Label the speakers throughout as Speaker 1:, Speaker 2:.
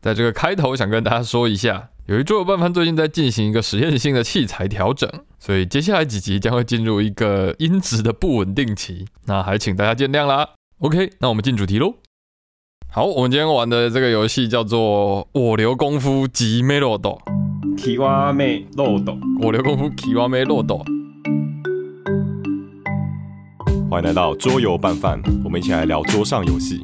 Speaker 1: 在这个开头想跟大家说一下，由于桌游拌饭最近在进行一个实验性的器材调整，所以接下来几集将会进入一个音质的不稳定期，那还请大家见谅啦。OK，那我们进主题喽。好，我们今天玩的这个游戏叫做《我留功夫及 m e l o d
Speaker 2: キワメロード，
Speaker 1: 我留功夫 k i w a m e l o d
Speaker 3: 欢迎来到桌游拌饭，我们一起来聊桌上游戏。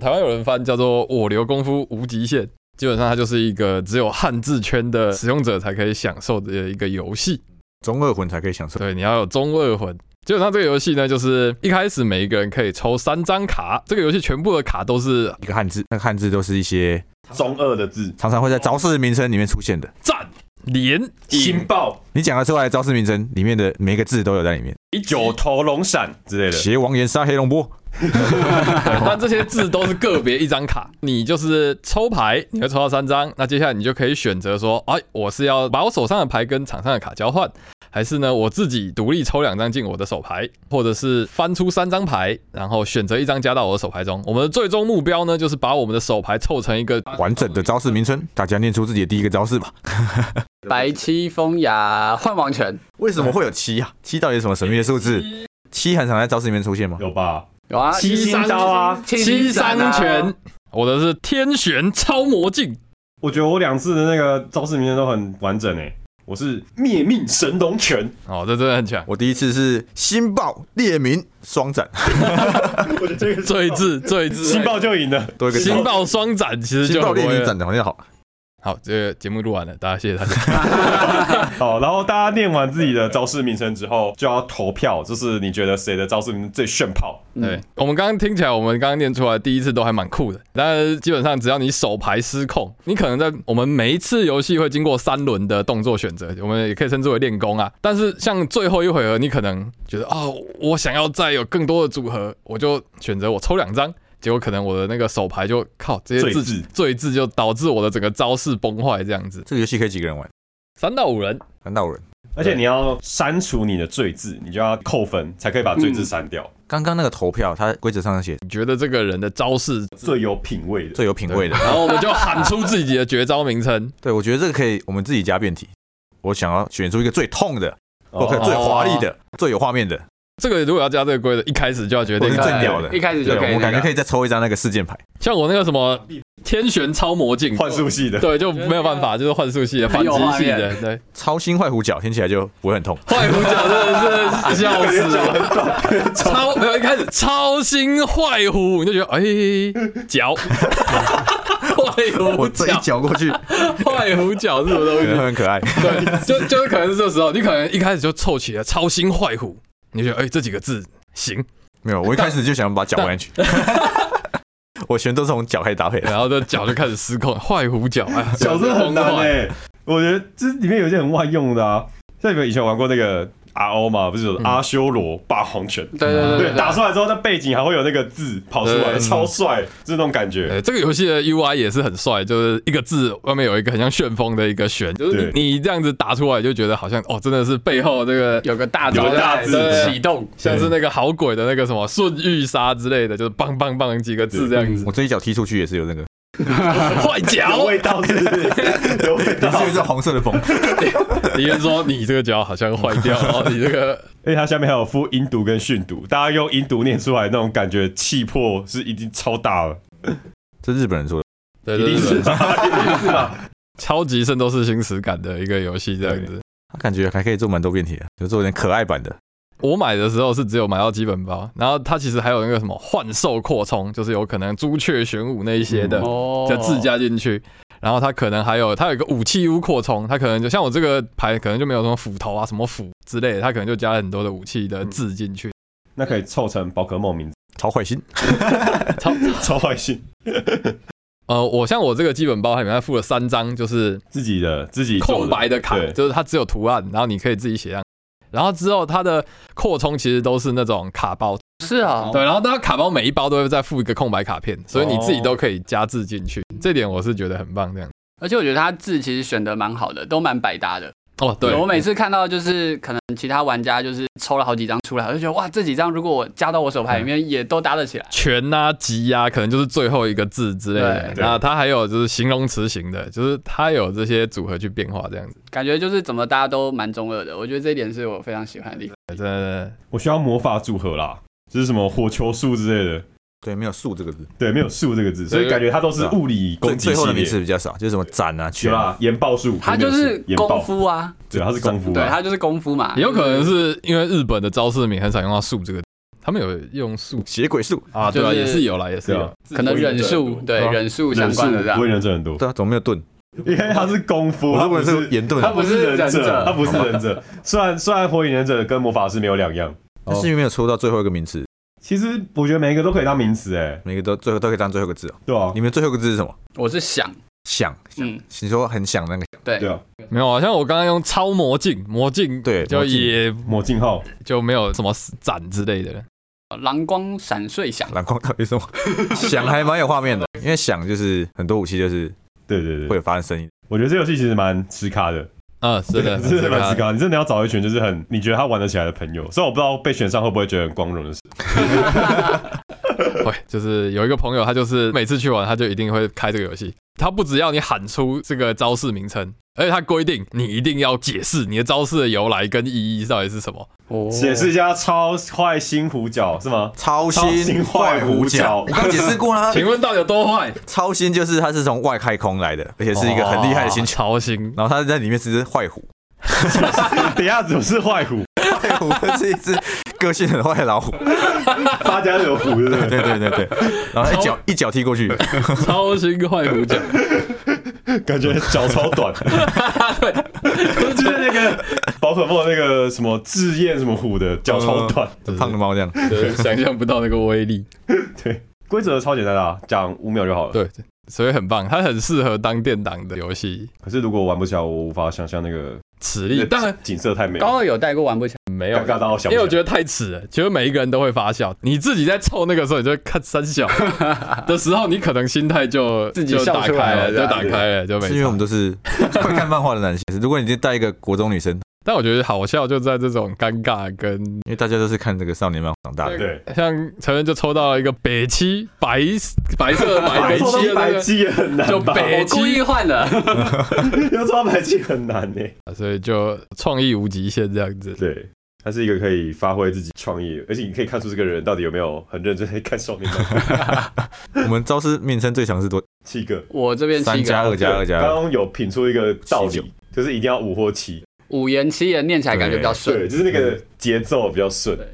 Speaker 1: 台湾有人翻叫做“我留功夫无极限”，基本上它就是一个只有汉字圈的使用者才可以享受的一个游戏。
Speaker 4: 中二魂才可以享受。
Speaker 1: 对，你要有中二魂。基本上这个游戏呢，就是一开始每一个人可以抽三张卡，这个游戏全部的卡都是
Speaker 4: 一个汉字，那个汉字都是一些
Speaker 2: 中二的字，
Speaker 4: 常常会在招式名称里面出现的。
Speaker 1: 战、连、
Speaker 2: 引
Speaker 1: 赢、
Speaker 2: 爆，
Speaker 4: 你讲得出来的招式名称里面的每个字都有在里面。
Speaker 2: 九头龙闪之类的，
Speaker 4: 邪王岩杀黑龙波，
Speaker 1: 对但这些字都是个别一张卡，你就是抽牌，你会抽到三张，那接下来你就可以选择说，哎，我是要把我手上的牌跟场上的卡交换，还是呢我自己独立抽两张进我的手牌，或者是翻出三张牌，然后选择一张加到我的手牌中。我们的最终目标呢，就是把我们的手牌凑成一个
Speaker 4: 完整的招式名称，大家念出自己的第一个招式吧。
Speaker 5: 白七风雅幻王拳
Speaker 4: 为什么会有七啊？七到底是什么神秘的数字？七很常在招式里面出现吗？
Speaker 2: 有吧？
Speaker 5: 有啊，
Speaker 2: 七星刀啊，
Speaker 1: 七
Speaker 5: 三
Speaker 1: 伤拳，我的是天旋超魔镜。
Speaker 2: 我觉得我两次的那个招式名称都很完整诶，我是灭命神龙拳，
Speaker 1: 哦，这真的很强，
Speaker 4: 我第一次是星爆列明双斩，
Speaker 2: 我觉得这个
Speaker 1: 最智最智，
Speaker 2: 星爆就赢了，
Speaker 4: 多一个
Speaker 1: 星爆双斩其实
Speaker 4: 星
Speaker 1: 就
Speaker 4: 爆
Speaker 1: 很
Speaker 4: 列
Speaker 1: 威
Speaker 4: 明
Speaker 1: 了
Speaker 4: 斩的好像好。
Speaker 1: 好，这个节目录完了，大家谢谢大家。
Speaker 2: 好，然后大家念完自己的招式名称之后，就要投票，就是你觉得谁的招式名称最炫炮？
Speaker 4: 嗯
Speaker 5: 嗯
Speaker 1: 对我们刚刚听起来，我们刚刚念出来第一次都还蛮酷的，但是基本上只要你手牌失控，你可能在我们每一次游戏会经过三轮的动作选择，我们也可以称之为练功啊。但是像最后一回合，你可能觉得哦，我想要再有更多的组合，我就选择我抽两张。结果可能我的那个手牌就靠这些
Speaker 2: 坠
Speaker 1: 字
Speaker 2: 字
Speaker 1: 坠字，就导致我的整个招式崩坏，这样子
Speaker 4: 这个游戏可以几个人玩？
Speaker 1: 三到五人
Speaker 4: 三到五人。
Speaker 2: 而且你要删除你的罪字，你就要扣分，才可以把罪字删掉。
Speaker 4: 刚刚那个投票，它规则上写
Speaker 1: 你觉得这个人的招式，
Speaker 2: 嗯最有品味的，
Speaker 4: 最有品味 的。
Speaker 1: 然后我们就喊出自己的绝招名称，
Speaker 4: 对，我觉得这个可以，我们自己加辩题。我想要选出一个最痛的，或者
Speaker 2: 哦
Speaker 4: 最华丽的、最有画面的，
Speaker 1: 这个如果要加这个规则，一开始就要决定
Speaker 4: 或是最屌的。
Speaker 5: 一开始就
Speaker 4: 对，
Speaker 5: 可以那个
Speaker 4: 我感觉可以再抽一张那个事件牌，
Speaker 1: 像我那个什么天旋超魔 镜，
Speaker 2: 幻术系的，
Speaker 1: 对就没有办 法，就是幻术系的反
Speaker 5: 很有啊
Speaker 1: 击
Speaker 5: 画
Speaker 1: 系
Speaker 5: 面
Speaker 1: 的，对，
Speaker 4: 超新坏虎角，听起来就不会很痛。
Speaker 1: 坏虎角真的是笑死了，超没有一开始超新坏虎，你就觉得哎脚坏虎
Speaker 4: 我这一
Speaker 1: 角，
Speaker 4: 脚 过去，
Speaker 1: 坏虎角是什么东
Speaker 4: 觉得
Speaker 1: 西？
Speaker 4: 很可爱。
Speaker 1: 对，就就是可能是这时候，你可能一开始就凑齐了超新坏虎，你就觉得哎这几个字行，
Speaker 4: 没有，我一开始就想把脚 弯进去，我全都是从脚开始搭配的。
Speaker 1: 然后这脚就开始失控，坏虎角，哎呀，
Speaker 2: 小真的很难
Speaker 1: 崩
Speaker 2: 哎、
Speaker 1: 坏
Speaker 2: 我觉得这里面有一些很万用的啊，像你们以前有玩过那个 RO 嘛，不是
Speaker 1: 嗯
Speaker 2: 有阿修罗霸皇拳？
Speaker 5: 对
Speaker 2: 对，
Speaker 5: 对对
Speaker 2: 打出来之后，那背景还会有那个字跑出来，
Speaker 1: 对
Speaker 2: 超帅，就是那种感觉。
Speaker 1: 呃，这个游戏的 UI 也是很帅，就是一个字外面有一个很像旋风的一个旋，就是你你这样子打出来就觉得好像哦，真的是背后这个
Speaker 5: 有个大
Speaker 2: 有个大字
Speaker 5: 对启动，
Speaker 1: 像是那个好鬼的那个什么顺玉杀之类的，就是棒棒棒几个字这样 子，
Speaker 4: 我这一脚踢出去也是有那个，
Speaker 1: 坏
Speaker 2: 有
Speaker 1: 脚。
Speaker 2: 味道是不 是？有味道
Speaker 4: 也。是有一阵红色的风。
Speaker 1: 敌人说你这个脚好像坏 掉，哦，你这个
Speaker 2: 而哎且它下面还有附音读跟训读，大家用音读念出来，那种感觉气魄是已经超大了，
Speaker 4: 这日本人说的，
Speaker 1: 对
Speaker 2: 一
Speaker 1: 对
Speaker 2: 定是
Speaker 1: 对，对
Speaker 2: 吧，一定是吧。
Speaker 1: 超级圣斗士星矢感的一个游戏这样子。
Speaker 4: 他感觉还可以做蛮多变体的，就做点可爱版的。
Speaker 1: 我买的时候是只有买到基本包，然后它其实还有那个什么幻兽扩充，就是有可能朱雀玄武那一些的。
Speaker 5: 哦
Speaker 1: 就自
Speaker 5: 家
Speaker 1: 加进去。然后它可能还有，它有一个武器屋扩充，它可能就像我这个牌，可能就没有什么斧头啊、什么斧之类的，它可能就加了很多的武器的字进去。
Speaker 2: 那可以凑成宝可梦名字，
Speaker 4: 超坏心，
Speaker 1: 超
Speaker 2: 超 坏心。
Speaker 1: 呃，我像我这个基本包里面还附了三张，就是
Speaker 2: 自己的自己做
Speaker 1: 空白的卡，
Speaker 2: 对
Speaker 1: 就是它只有图案，然后你可以自己写上。然后之后它的扩充其实都是那种卡包，
Speaker 5: 是啊，
Speaker 1: 对，然后它卡包每一包都会再附一个空白卡片，所以你自己都可以加字进去，这点我是觉得很棒。这样，
Speaker 5: 而且我觉得他字其实选的蛮好的，都蛮百搭的。
Speaker 1: 哦，对，
Speaker 5: 我每次看到就是可能其他玩家就是抽了好几张出来，我就觉得哇，这几张如果我加到我手牌里面也都搭得起来。
Speaker 1: 拳啊、击啊，可能就是最后一个字之类的。
Speaker 2: 对
Speaker 1: 那它还有就是形容词型的，就是它有这些组合去变化这样子。
Speaker 5: 感觉就是怎么大家都蛮中二的，我觉得这一点是我非常喜欢的地方。
Speaker 1: 对真的，
Speaker 2: 我需要魔法组合啦，就是什么火球术之类的。
Speaker 4: 对，没有“速”这个字，
Speaker 2: 对，没有术这个字，所以
Speaker 1: 对
Speaker 2: 感觉它都是物理攻
Speaker 4: 最
Speaker 2: 击
Speaker 4: 最后
Speaker 2: 系
Speaker 4: 的名
Speaker 2: 列
Speaker 4: 词。比较少，就是什么斩啊、
Speaker 2: 有
Speaker 4: 拳啊，
Speaker 2: 啦，研爆术，
Speaker 5: 他就是
Speaker 2: 研
Speaker 5: 功
Speaker 2: 爆，
Speaker 5: 夫啊，
Speaker 2: 对，它是功夫啊，
Speaker 5: 对，他就是功夫嘛，
Speaker 1: 也有可能是因为日本的招式名很少用到“术”这个，他们有用“术
Speaker 4: 血鬼术”。
Speaker 1: 啊，对啊，
Speaker 5: 就是
Speaker 1: 也是有啦，也是
Speaker 2: 对
Speaker 1: 有
Speaker 2: 啊。
Speaker 5: 可能忍术，对
Speaker 1: 对啊
Speaker 5: 忍术相关的这
Speaker 2: 不
Speaker 5: 样
Speaker 2: 会。忍者很多，
Speaker 4: 对啊，怎么没有盾？
Speaker 2: 因为它是功夫，
Speaker 4: 我
Speaker 2: 它
Speaker 4: 这
Speaker 2: 不
Speaker 4: 本
Speaker 2: 是
Speaker 4: 是严盾
Speaker 2: 他
Speaker 4: 啊，
Speaker 2: 不是忍者，他不是
Speaker 4: 好吧
Speaker 2: 忍者。虽然虽然火影忍者跟魔法师没有两样，
Speaker 4: 但是因为没有抽到最后一个名词，
Speaker 2: 其实我觉得每一个都可以当名词，哎，
Speaker 4: 每个都最后都可以当最后一个字哦。
Speaker 2: 对啊
Speaker 4: 你，们最后一个字是什么？
Speaker 5: 我是想，
Speaker 4: 想，
Speaker 5: 嗯，
Speaker 4: 你说很想那个
Speaker 2: 对
Speaker 5: 对，
Speaker 2: 啊，
Speaker 1: 没有啊，像我刚刚用超魔镜，魔镜
Speaker 4: 对
Speaker 1: 就
Speaker 4: 魔镜
Speaker 1: 也
Speaker 2: 魔镜号，
Speaker 1: 就没有什么斩之类的。
Speaker 4: 啊
Speaker 5: 蓝光闪 烁响，
Speaker 4: 蓝光到底是什么？ 想还蛮有画面的，因为想就是很多武器就是
Speaker 2: 对对
Speaker 4: 会
Speaker 2: 对，
Speaker 4: 有发生声音。
Speaker 2: 我觉得这游戏其实蛮吃咖的，
Speaker 1: 嗯， 是的，
Speaker 2: 真的蛮
Speaker 1: 啊
Speaker 2: 吃咖。你真的要找一群就是很你觉得他玩得起来的朋友，虽然我不知道被选上会不会觉得很光荣 的事，
Speaker 1: 会，就是有一个朋友，他就是每次去玩，他就一定会开这个游戏。他不只要你喊出这个招式名称，而且他规定你一定要解释你的招式的由来跟意义到底是什么。
Speaker 5: 哦
Speaker 2: 解释一下超坏心虎角是吗？
Speaker 4: 超
Speaker 2: 超新
Speaker 4: 新
Speaker 2: 坏胡
Speaker 4: 胡
Speaker 2: 椒
Speaker 4: 我刚解释过啦，
Speaker 1: 请问到底有多坏？
Speaker 4: 超新就是它是从外太空来的，而且是一个很厉害的星球，
Speaker 1: 超星，
Speaker 4: 然后它在里面是只坏虎，
Speaker 2: 等一下怎么是坏虎？
Speaker 4: 坏虎是一只个性很坏的老虎。
Speaker 2: 大家都有虎对不对？
Speaker 4: 对对对对，然后一脚一脚踢过去，
Speaker 1: 超星坏胡角，
Speaker 2: 感觉脚超 短， 就是那个宝可梦那个什么志焰什么虎的脚超
Speaker 1: 嗯
Speaker 2: 短。
Speaker 4: 胖的猫这样。
Speaker 1: 对，想象不到那个威力。
Speaker 2: 对，规则超简单啦，讲五秒就好了。
Speaker 1: 对，所以很棒，它很适合当电档的游戏。
Speaker 2: 可是如果玩不起来，我无法想象那个
Speaker 1: 实力当然
Speaker 2: 景色太美了，
Speaker 5: 高二有带过玩不起来，
Speaker 1: 没有
Speaker 2: 尴，尬到我想
Speaker 1: 因
Speaker 2: 不
Speaker 1: 为
Speaker 2: 起
Speaker 1: 我觉
Speaker 2: 来。
Speaker 1: 得太迟了，觉得每一个人都会发笑。你自己在凑那个时候，你就会看三小的时候，你可能心态就
Speaker 5: 自己
Speaker 1: 就
Speaker 5: 笑
Speaker 1: 打
Speaker 5: 出
Speaker 1: 开
Speaker 5: 来
Speaker 1: 了，
Speaker 5: 了
Speaker 1: 就
Speaker 5: 这
Speaker 1: 打
Speaker 5: 样子
Speaker 1: 开了，就没
Speaker 4: 是因啊为
Speaker 1: 差
Speaker 4: 我们都是会看漫画的男生，如果你今天带一个国中女生，
Speaker 1: 但我觉得好笑就在这种尴尬跟呃
Speaker 4: 因为大家都是看这个少年漫画长大的，
Speaker 2: 对，
Speaker 1: 像陈恩就抽到了一个北七白白色的白 啊
Speaker 2: 白
Speaker 1: 北
Speaker 2: 做
Speaker 1: 七的
Speaker 2: 到
Speaker 1: 那
Speaker 2: 白
Speaker 1: 个
Speaker 2: 鸡也很 难
Speaker 1: 就
Speaker 2: 吧？
Speaker 1: 北
Speaker 5: 我故意换的，
Speaker 2: 要做到白鸡很难呢。
Speaker 1: 所以就创意无极限这样子。
Speaker 2: 对，它是一个可以发挥自己创意，而且你可以看出这个人到底有没有很认真在看少年漫画。
Speaker 4: 我们招式名称最强是多
Speaker 2: 七个，
Speaker 5: 我这边
Speaker 4: 三
Speaker 5: 七
Speaker 4: 加
Speaker 5: 个啊
Speaker 4: 二加二加
Speaker 2: 刚
Speaker 4: 二，
Speaker 2: 刚有品出一个道
Speaker 4: 七九
Speaker 2: 理，就是一定要五或七，
Speaker 5: 五言七言念起来感觉比较
Speaker 2: 对，
Speaker 5: 顺。
Speaker 2: 就是那个节奏比较顺
Speaker 5: 对。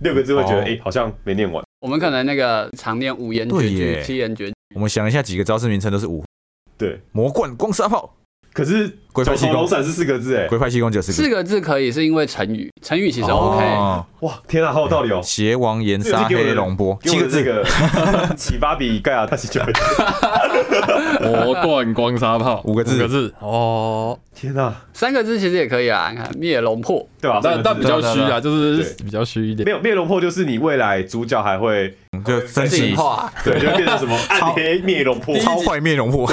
Speaker 2: 六个字会觉得
Speaker 4: 嗯哦
Speaker 2: 哎、诶好像没念完。
Speaker 5: 我们可能那个常念五言绝
Speaker 4: 对
Speaker 5: 句、
Speaker 4: 耶
Speaker 5: 七言绝句，
Speaker 4: 我们想一下几个招式名称都是五：
Speaker 2: 对，
Speaker 4: 魔冠、光沙炮、
Speaker 2: 可是
Speaker 4: 龟
Speaker 2: 九
Speaker 4: 派气
Speaker 2: 头龙
Speaker 4: 功、
Speaker 2: 闪是四个字哎、
Speaker 4: 龟派气功九十
Speaker 5: 四
Speaker 4: 个。
Speaker 5: 个字可以是因为成语，成语其实 OK。
Speaker 4: 哦
Speaker 2: 哇，天啊，好有道理哦！
Speaker 4: 邪王岩沙黑龙波，
Speaker 2: 给我
Speaker 4: 七
Speaker 2: 的
Speaker 4: 个
Speaker 2: 这
Speaker 4: 字，
Speaker 2: 个 启发比盖亚大西就会。
Speaker 1: 魔冠光沙炮
Speaker 4: 五个字
Speaker 1: 五个字哦，
Speaker 2: 天啊，
Speaker 5: 三个字其实也可以啊，你看灭龙破，
Speaker 2: 对吧？
Speaker 1: 但
Speaker 2: 这个
Speaker 1: 但
Speaker 2: 字
Speaker 1: 比较虚
Speaker 4: 对
Speaker 1: 啊，
Speaker 4: 啊
Speaker 1: 就是
Speaker 2: 对
Speaker 1: 比较虚一点
Speaker 2: 没。有灭龙破，就是你未来主角还会
Speaker 4: 就升
Speaker 5: 进
Speaker 4: 级
Speaker 5: 化
Speaker 2: 对，就变成什么暗黑灭龙破
Speaker 4: 超坏面容破。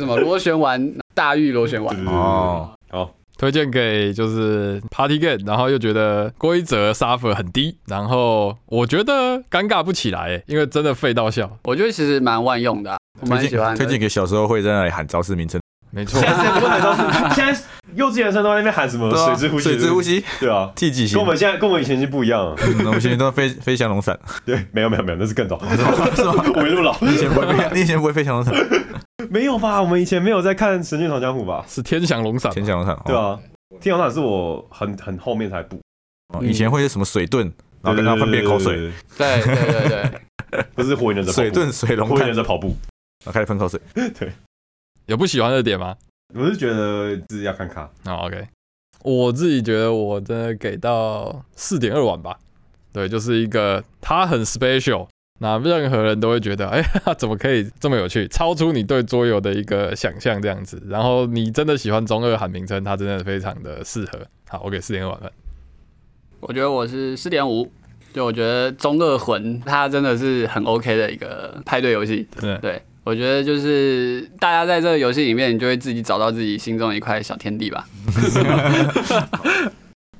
Speaker 5: 什么螺旋丸、大玉螺旋丸，
Speaker 2: 哦。
Speaker 4: 哦，
Speaker 1: 推荐给就是 Party Game，然后又觉得规则 suffer 很低，然后我觉得尴尬不起来欸，因为真的废到笑。
Speaker 5: 我觉得其实蛮万用的啊、我蛮
Speaker 4: 推
Speaker 5: 喜欢
Speaker 4: 荐
Speaker 5: 的
Speaker 4: 推荐给小时候会在那里喊招式名称，
Speaker 1: 没错
Speaker 2: 现，在谁不会喊招式？现在幼稚园生都在那边喊什么
Speaker 4: 对啊
Speaker 2: 水之呼吸？
Speaker 4: 水之呼，吸，
Speaker 2: 对啊，
Speaker 4: T 几型
Speaker 2: 跟我？们现在跟我们以前是不一样啊。
Speaker 4: 嗯我们现在都飞飞翔 龙伞，
Speaker 2: 对，没有没有没有，那是更早，
Speaker 4: 是吗？是吗？
Speaker 2: 我没那么老。
Speaker 4: 你以前不会飞，你以前不会飞 翔龙伞，
Speaker 2: 没有吧？我们以前没有在看《神剑闯江湖》吧？
Speaker 1: 是天翔龙闪
Speaker 4: 天翔龙伞，
Speaker 2: 对啊，
Speaker 4: 哦，
Speaker 2: 《天堂岛》是我很很后面才补，
Speaker 4: 哦以前会是什么水遁，然后跟他分辨口水，
Speaker 2: 对，对对
Speaker 5: 对对对对，
Speaker 2: 对不是火影忍者跑步
Speaker 4: 水遁水龙
Speaker 2: 火影
Speaker 4: 看，
Speaker 2: 忍
Speaker 4: 然
Speaker 2: 者跑步。
Speaker 4: 后开始喷口水。
Speaker 1: 有不喜欢的点吗？
Speaker 2: 我是觉得自己要看卡，
Speaker 1: 哦、o k 我自己觉得我真的给到四点二碗吧。对，就是一个它很 special，那任何人都会觉得，哎、呀，怎么可以这么有趣，超出你对桌游的一个想象这样子。然后你真的喜欢中二喊名称，它真的非常的适合。好，我给四点二碗分。
Speaker 5: 我觉得我是四点五。就我觉得中二魂它真的是很 OK 的一个派对游戏，
Speaker 1: 对
Speaker 5: 对我觉得就是大家在这个游戏里面，你就会自己找到自己心中的一块小天地吧。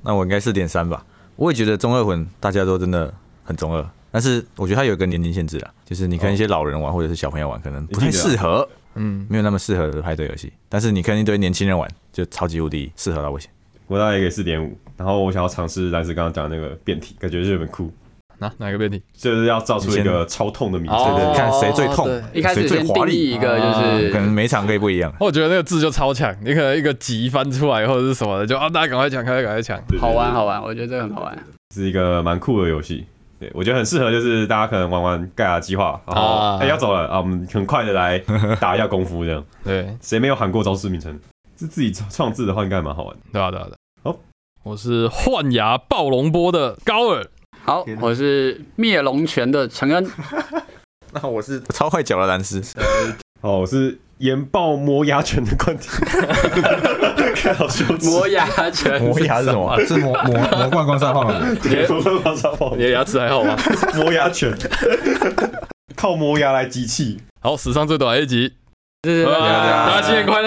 Speaker 4: 那我应该是点三吧。我也觉得中二魂大家都真的很中二，但是我觉得它有一个年龄限制啦，就是你跟一些老人玩或者是小朋友玩，可能不太适合，
Speaker 1: 嗯，
Speaker 4: 没有那么适合的派对游戏。但是你跟一堆年轻人玩，就超级无敌适合到危险。
Speaker 2: 我大概给四点五，然后我想要尝试蓝斯刚刚讲的那个变体，感觉就很酷，
Speaker 1: 哪哪个变体？
Speaker 2: 就是要造出一个超痛的名字。
Speaker 1: 哦
Speaker 4: 对对，看谁最痛
Speaker 1: 对，
Speaker 5: 一开
Speaker 4: 谁
Speaker 5: 始
Speaker 4: 最
Speaker 5: 先
Speaker 4: 华
Speaker 5: 定
Speaker 4: 丽，
Speaker 5: 义
Speaker 4: 啊
Speaker 5: 一个就是
Speaker 4: 可能每场可以不一样。
Speaker 1: 我觉得那个字就超强，你可能一个急翻出来或者是什么的，就啊大家赶快抢，赶快赶快抢。
Speaker 2: 对对对
Speaker 5: 好玩好玩，我觉得这个很好玩。
Speaker 2: 是一个蛮酷的游戏。对，我觉得很适合，就是大家可能玩玩盖亚计划，然后
Speaker 1: 啊
Speaker 2: 哎、要走了啊，我们很快的来打一下功夫，这样
Speaker 1: 对，
Speaker 2: 谁没有喊过招式名称？是自己创创制的话，应该蛮好玩的。
Speaker 1: 对啊对啊对啊。
Speaker 2: 好，
Speaker 1: 我是幻牙暴龙波的高尔，
Speaker 5: 好，我是灭龙拳的承恩，
Speaker 4: 那我是超坏脚的蓝斯，
Speaker 2: 哦，我是研爆磨牙拳的冠军，看好羞耻，
Speaker 5: 磨牙 拳，
Speaker 4: 磨牙是什么？是磨磨磨冠光沙放的。
Speaker 2: 对 我刚 刚说爆
Speaker 1: 你的牙齿还好吗？
Speaker 2: 磨牙拳，靠磨牙来集气。
Speaker 1: 好，史上最短的一集，
Speaker 5: 对对对对
Speaker 1: 啊大家新年快